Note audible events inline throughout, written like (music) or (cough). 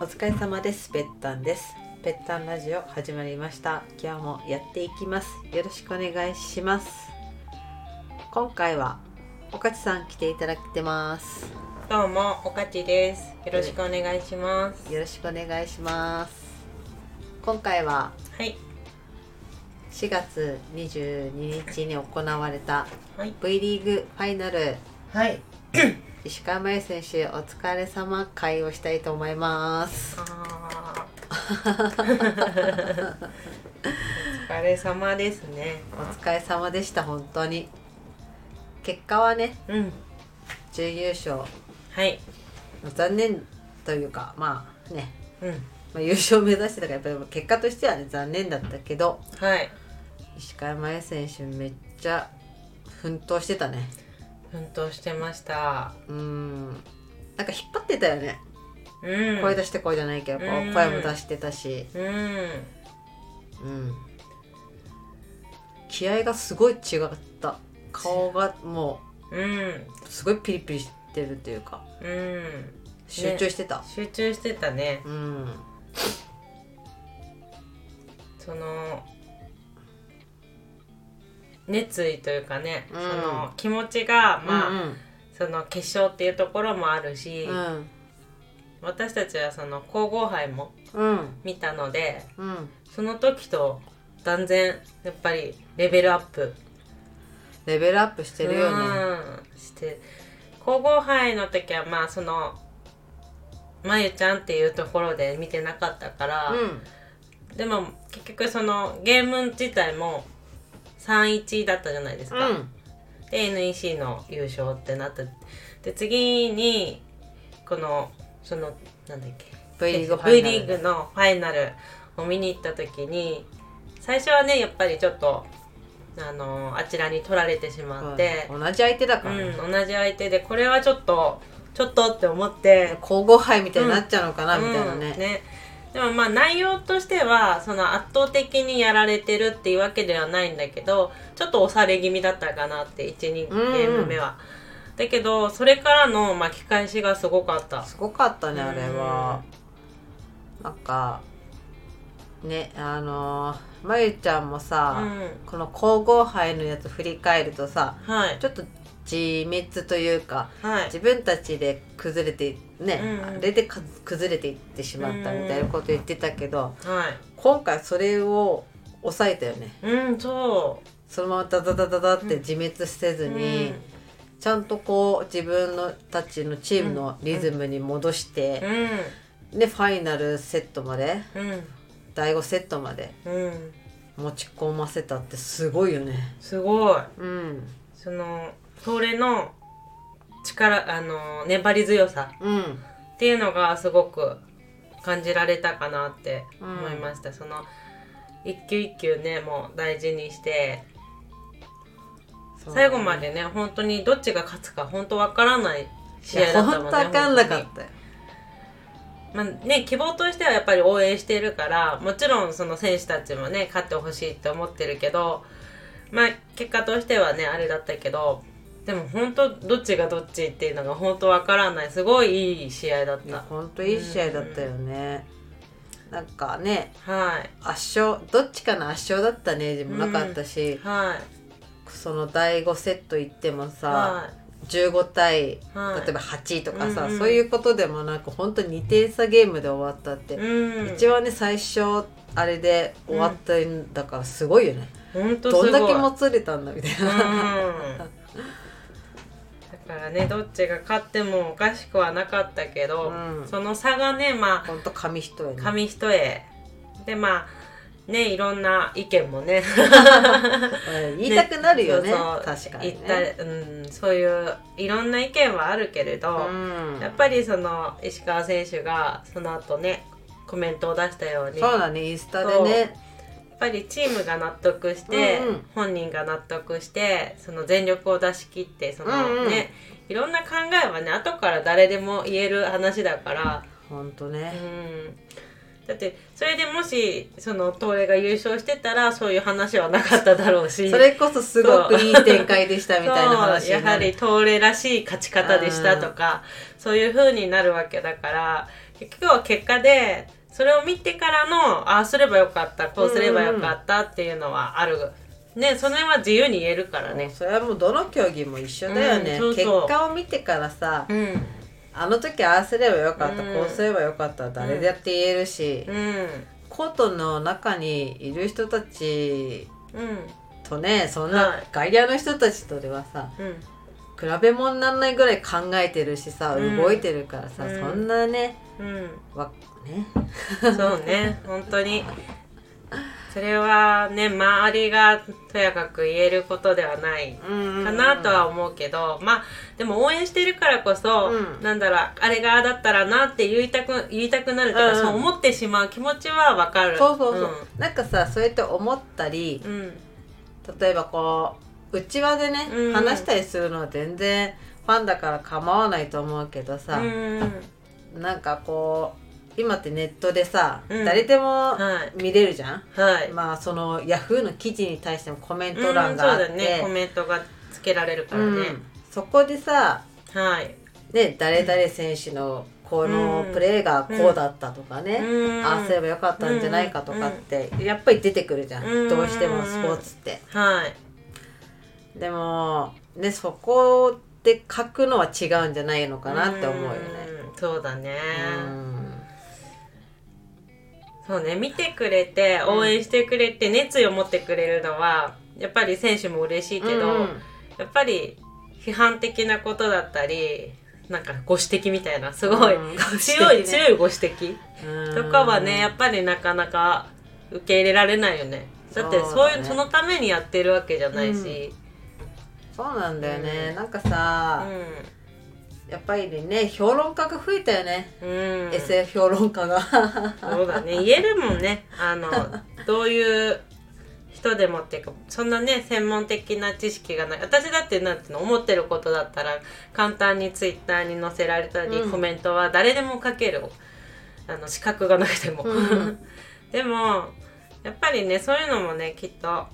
お疲れ様ですぺったんですぺったんラジオ始まりました今日もやっていきますよろしくお願いします今回はおかちさん来ていただいてますどうもおかちです。よろしくお願いします。よろしくお願いします今回ははい4月22日に行われたはい V リーグファイナルはい。石川真佑選手お疲れ様会をしたいと思いますあ (laughs) ーお疲れ様ですね。お疲れ様でした本当に結果はねうん準優勝はい残念というかまあね、うんまあ、優勝目指してたからやっぱり結果としてはね残念だったけどはい石川真佑選手めっちゃ奮闘してたね奮闘してました。うーんなんか引っ張ってたよね、うん声出して声じゃないけどこううん声も出してたしうんうん気合がすごい違った顔がもうんうすごいピリピリしてるというかうん集中してた、集中してたね。うんその熱意というかね、うんその気持ちがまあ、うんその決勝っていうところもあるし。うん私たちはその皇后杯もうん見たのでうんその時と断然やっぱりレベルアップレベルアップしてるよね、うんして皇后杯の時はまあそのまゆちゃんっていうところで見てなかったから、でも結局そのゲーム自体も3-1だったじゃないですうん、うか、んで NEC の優勝ってなってで次にこのそのなんだっけ V リーグファ V イナルリーグのファイナルを見に行った時に最初はねやっぱりちょっとあのあちらに取られてしまって、同じ相手だかうらね、ん、同じ相手でこれはちょっとちょっとって思って、皇后杯みたいになっちゃうのかな、みたいなうんね、でもまあ内容としてはその圧倒的にやられてるっていうわけではないんだけどちょっと押され気味だったかなって12ゲうんうんーム目は。だけどそれからの巻き返しがすごかった。すごかったねあれは、なんかねあのーまゆちゃんもうさ、ん、この皇后杯のやつ振り返るとさはいちょっと自滅というかはい自分たちで崩れてね、うんあれでか崩れていってしまったみたいなこと言ってたけど、はい今回それを抑えたよねうんそそのままダダダダダって自滅せう、ずうに、んちゃんとこう自分のたちのチームのリズムに戻して、でファイナルセットまでうんうん第5セットまでうん持ち込ませたってすごいよね。すごいうん、そのそれの力あの粘り強さうん、っていうのがすごく感じられたかなって思いました、その一球一球ねもう大事にしてそう最後までね本当にどっちが勝つか本当わからないい試合やだったも本んね当わかんなかったよ。まあね、希望としてはやっぱり応援しているからもちろんその選手たちもね勝ってほしいって思ってるけど、まあ、結果としてはねあれだったけどでも本当どっちがどっちっていうのが本当わからないすごいいい試合だっいやた本当いい試合だったよね。なんかねはい圧勝どっちかの圧勝だったねでもなかったし、はいその第5セット行ってもさ、は15対いはい例えば8とかさ、うんうんそういうことでもなんか本当に2点差ゲームで終わったって、うん一番ね最初あれで終わったんだからすごいよね、本当すどごいんだけもつれたんだみたいうんな、だからねどっちが勝ってもおかしくはなかったけど、うんその差がねまあほんと紙一重ね紙一重でまあねいろんな意見もねうん (laughs) 言いたくなるよねそうそう確かに言っねたうん、そういういろんな意見はあるけれど、うんやっぱりその石川選手がその後ねコメントを出したようにそうだねインスタでねやっぱりチームが納得して、うんうん本人が納得してその全力を出し切ってそのうんうんね、いろんな考えはね後から誰でも言える話だから、ほんとうね、ん、だってそれでもしその東レが優勝してたらそういう話はなかっただろうしそれこそすごくいい展開でしたみたいな話そうにやなはるり東レらしい勝ち方でしたとかそういう風になるわけだから結局は結果でそれを見てからのああすればよかったこうすればよかったっていうのはある、ねその辺は自由に言えるからねそれはもうどの競技も一緒だよね、うんそうそう結果を見てからさうんあの時ああすればよかった、うんこうすればよかった誰だって言えるし、うんコートの中にいる人たちうんとねそんはない外野の人たちとではさうん比べ物にならないぐらい考えてるしさうん動いてるからさ、うんそんなねうんわねそうね本当にそれはね周りがとやかく言えることではないかかなとは思うけど、まあでも応援してるからこそ、うんなんだろうあれがああだったらなって言いたく言いたくなるっていうか、うんうんそう思ってしまう気持ちはわかるそうそうそう、なんかさそうやって思ったりうん、うん例えばこううちわでね、うん話したりするのは全然ファンだから構わないと思うけどさう、んなんかこう今ってネットでさ、うん誰でもはい見れるじゃん、はい、まあそのヤフーの記事に対してもコメントう欄んそうがあって、だねコメントがつけられるからね、うんそこでさ、はい、ね、誰々選手のこのプレーがこうだったとかね、うんああすればよかったんじゃないかとかって、やっぱり出てくるじゃん、うんどうしてもスポーツって。はいでも、ね、そこで書くのは違うんじゃないのかなって思うよね。うんそうだね、うんそうね見てくれて応援してくれて熱意を持ってくれるのはやっぱり選手も嬉しいけど、うんやっぱり批判的なことだったりなんかご指摘みたいなすごい、うん強ごい指摘ね強いご指摘うんとかはねやっぱりなかなか受け入れられないよねだってそうそうだいうねそのためにやってるわけじゃないし、そうなんだよね、うんなんかうんさ、やっぱりね評論家が増えたよね、うん SF 評論家がそうだね言えるもんね (laughs) あのどういう人でもっていうかそんなね専門的な知識がない私だってなんていうの思ってることだったら簡単にツイッターに載せられたり、うんコメントは誰でも書けるあの資格がなくても、うん (laughs) でもやっぱりねそういうのもねきっと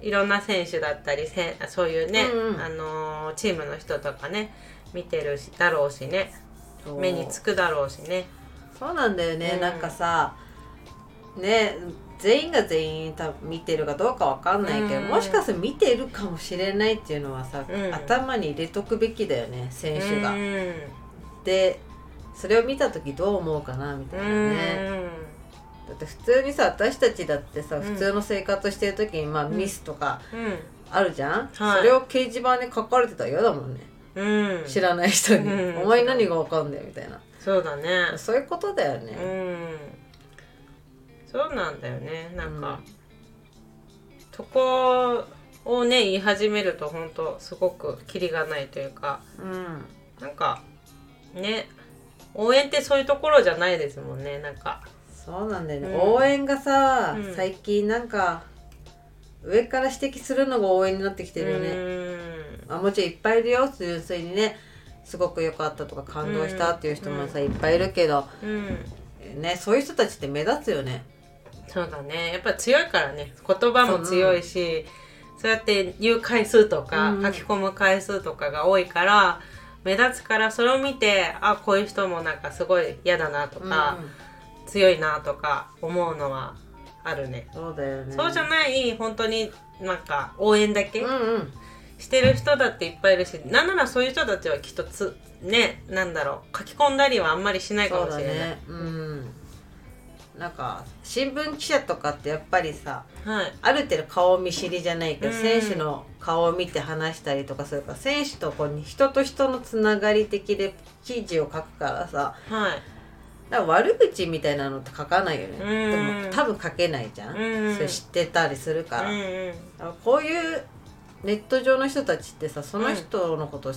いろんな選手だったりせんそういうね、うんうんあのーチームの人とかね見てるしだろうしね目につくだろうしね。そうなんだよね、うんなんかさね全員が全員多分見てるかどうかわかんないけど、うんもしかすると見てるかもしれないっていうのはさ、うん頭に入れとくべきだよね選手が。うんでそれを見た時どう思うかなみたいなね。だって普通にさ私たちだってさん普通の生活してる時にまあんミスとかうあるじゃん、はいそれを掲示板に書かれてたら嫌だもんね、ん。うん。知らない人に「うん (laughs) お前何がわかんだよ」みたいなそうだね。そういうことだようね。ん。そうなんだよね。なんうかん、そこをね、言い始めると、本当すごくキリがないというか、うんなんか、ね、応援ってそういうところじゃないですもんね、なんか。そうなんだよね、うん応援がさ、うん最近なんか上から指摘するのが応援になってきてるよね、うあもちろんいっぱいいるよ純粋にねすごく良かったとか感動したっていう人もさ、いっぱいいるけど、ん。うん。ね、そういう人たちって目立つよねそうだね。やっぱ強いからね。言葉も強いし、そうやって言う回数とか、うんうん書き込む回数とかが多いから、目立つからそれを見て、あ、こういう人もなんかすごい嫌だなとか、強いなとか思うのはあるね。うん、そうだよねそうじゃない、本当になんか応援だけうんうんしてる人だっていっぱいいるし、なんならそういう人たちはきっとつ、ね、なんだろう、書き込んだりはあんまりしないかそうもだしれない。ねうんなんか新聞記者とかってやっぱりさはい。ある程度顔見知りじゃないけど、うん選手の顔を見て話したりとかするから選手とこう人と人のつながり的で記事を書くからさはい。だから悪口みたいなのって書かないよね、うんでも多分書けないじゃん、うんそれ知ってたりするから,、うんだうん。からこういうネット上の人たちってさその人のことを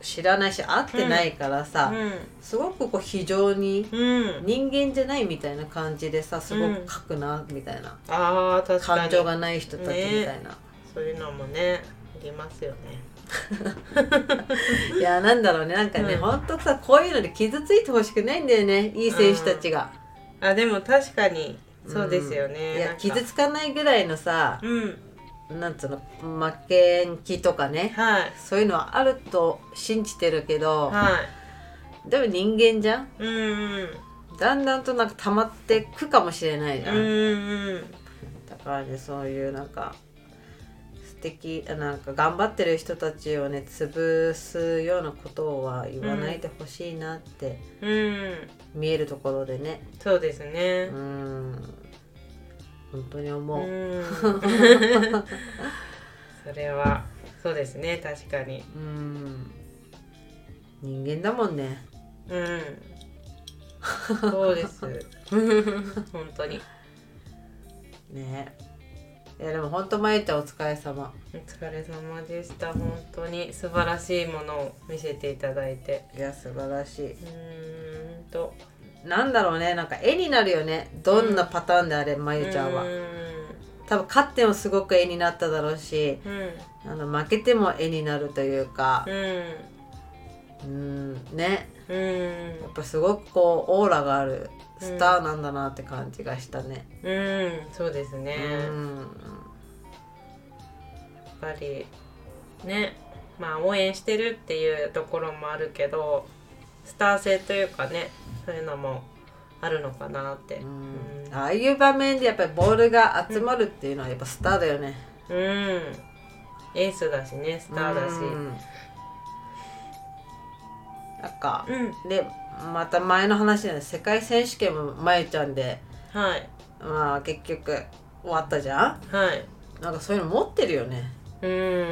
知らないし会ってないからさ、すごくこう非常にうん。うん。人間じゃないみたいな感じでさすごく書くなみたいな、ああ確かに感情がない人たちみたいな。そういうのもねありますよねいやなんだろうねなんかね、うんほんとさこういうので傷ついてほしくないんだよねいい選手たちが、あでも確かにそうですよね、いなやんか傷つかないぐらいのさ、うんなんつうの負けん気とかねはいそういうのはあると信じてるけど、はでも人間じゃんいうんうんだんだんとなんか溜まってくかもしれないじゃ、うんんうんだからねそういうなんか素敵あなんか頑張ってる人たちをね潰すようなことは言わないでほしいなって、うん見えるところでねそうですねうーん本当に思う、 (laughs) うんそれはそうですね確かにうーん人間だもんねうんそうです本当にねいやでも本当まゆちゃんお疲れ様お疲れ様でした本当に素晴らしいものを見せていただいていや素晴らしうーんといなんだろうねなんか絵になるよねどんなパターンであれ、まゆちゃんはう多分勝ってもすごく絵になっただろうしーんうんあの負けても絵になるというかうんうーんねうんやっぱすごくこうオーラがあるスターなんだなって感じがしたねうんそうですねうやんっぱりねまあ応援してるっていうところもあるけどスター性というかねそういうのもあるのかなってううんんああいう場面でやっぱりボールが集まるっていうのはやっぱスターだよねうんエースだしねスターだしうんなんかうんでまた前の話で世界選手権もまゆちゃんではいまあ結局終わったじゃんはいなんかそういうの持ってるよねうん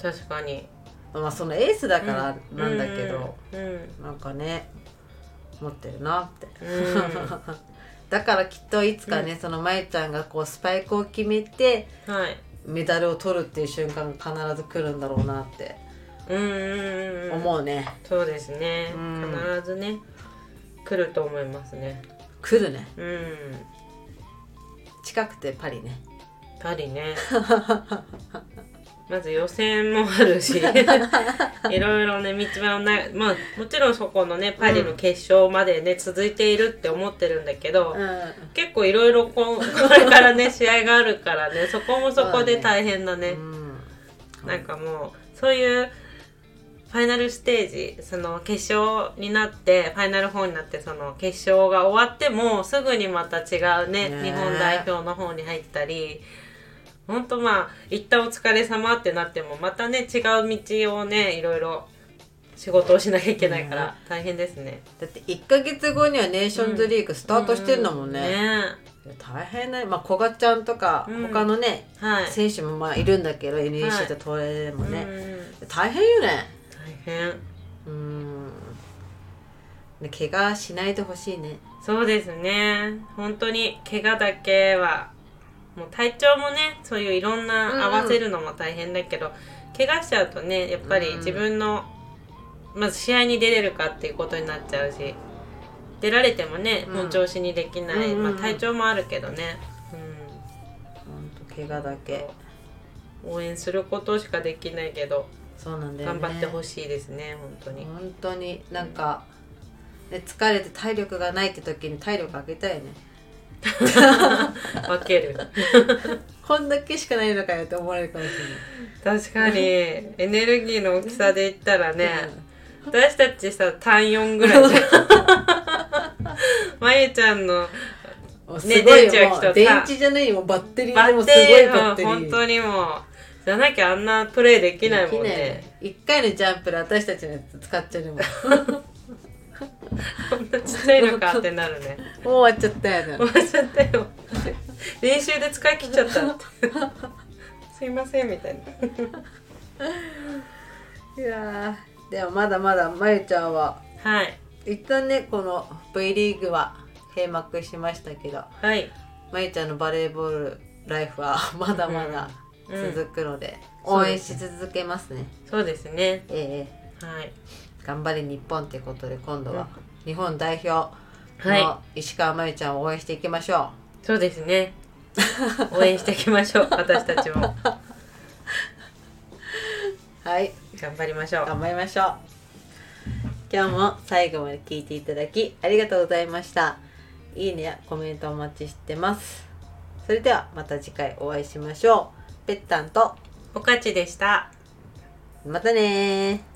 確かにまあそのエースだからなんだけど、うんうんなんかね持ってるなって、うん (laughs) だからきっといつかね、そのまゆちゃんがこうスパイクを決めてはいメダルを取るっていう瞬間が必ず来るんだろうなってうんうんうん思うね、そうですねうん必ずね来ると思いますね来るねうん近くてパリねパ (laughs) リねまず予選もあるし (laughs) いろいろね道はないまあもちろんそこのねパリの決勝までね、続いているって思ってるんだけど、う結構いろいろこうこれからね (laughs) 試合があるからねそこもそこで大変だね、ん、なんかもうそういうファイナルステージその決勝になってファイナル方になってその決勝が終わってもすぐにまた違うねねえ日本代表の方に入ったりほんとまあ一旦お疲れ様ってなってもまたね違う道をねいろいろ仕事をしなきゃいけないから大変ですね。だって1か月後にはネーションズリーグスタートしてんだもんね,、う大変だよ、まあ、古賀ちゃんとかうん他のね、はい。選手もまあいるんだけど NEC と東レでもね、うん大変よね大変。うんで怪我しないでほしいねそうですね本当に怪我だけはもう体調もねそういういろんうんうんな合わせるのも大変だけど、怪我しちゃうとねやっぱうんうりん自分の、まず試合に出れるかっていうことになっちゃうし出られてもねうん本調子にできない、うんうんうんまあ、体調もあるけどね、ほんと怪我だけうん、応援することしかできないけどそうなんだよ頑ね張ってほししいですね本当に。本当になんか、で疲れて体力がないって時に体力上げたいよね分けるこんだけしかないのかよって思われるかもしれ (laughs) 確かにエネルギーの大きさで言ったらね、ない、私たちさ単4ぐらいじゃ (laughs) んまゆちゃんのもうすごいね電池よもが来たう電池じゃないよもうバッテリーバでもッすごいテリバッーテがリー本当にもうじゃなきゃあんなプレーできないもんでねきない一回のジャンプで私たちのやつ使っちゃうもんもこんなちっちゃいのかってなるね (laughs) う終わっちゃったよね (laughs) 終わっちゃったよ練習で使い切っちゃった (laughs) すいませんみたいないやーでもまだまだまゆちゃんははい一旦ねこの V リーグは閉幕しましたけどはいまゆちゃんのバレーボールライフは (laughs) まだまだうん続くので、うん応援し続けますね、そうですねえはいえ頑張れ日本ってことで今度は日本代表のは石川まゆちゃんを応援していきましょう、そうですね応援していきましょう私たちもはい頑張りましょう頑張りましょう今日も最後まで聞いていただきありがとうございましたいいねやコメントお待ちしてますそれではまた次回お会いしましょうぺったんとおかちでしたまたねー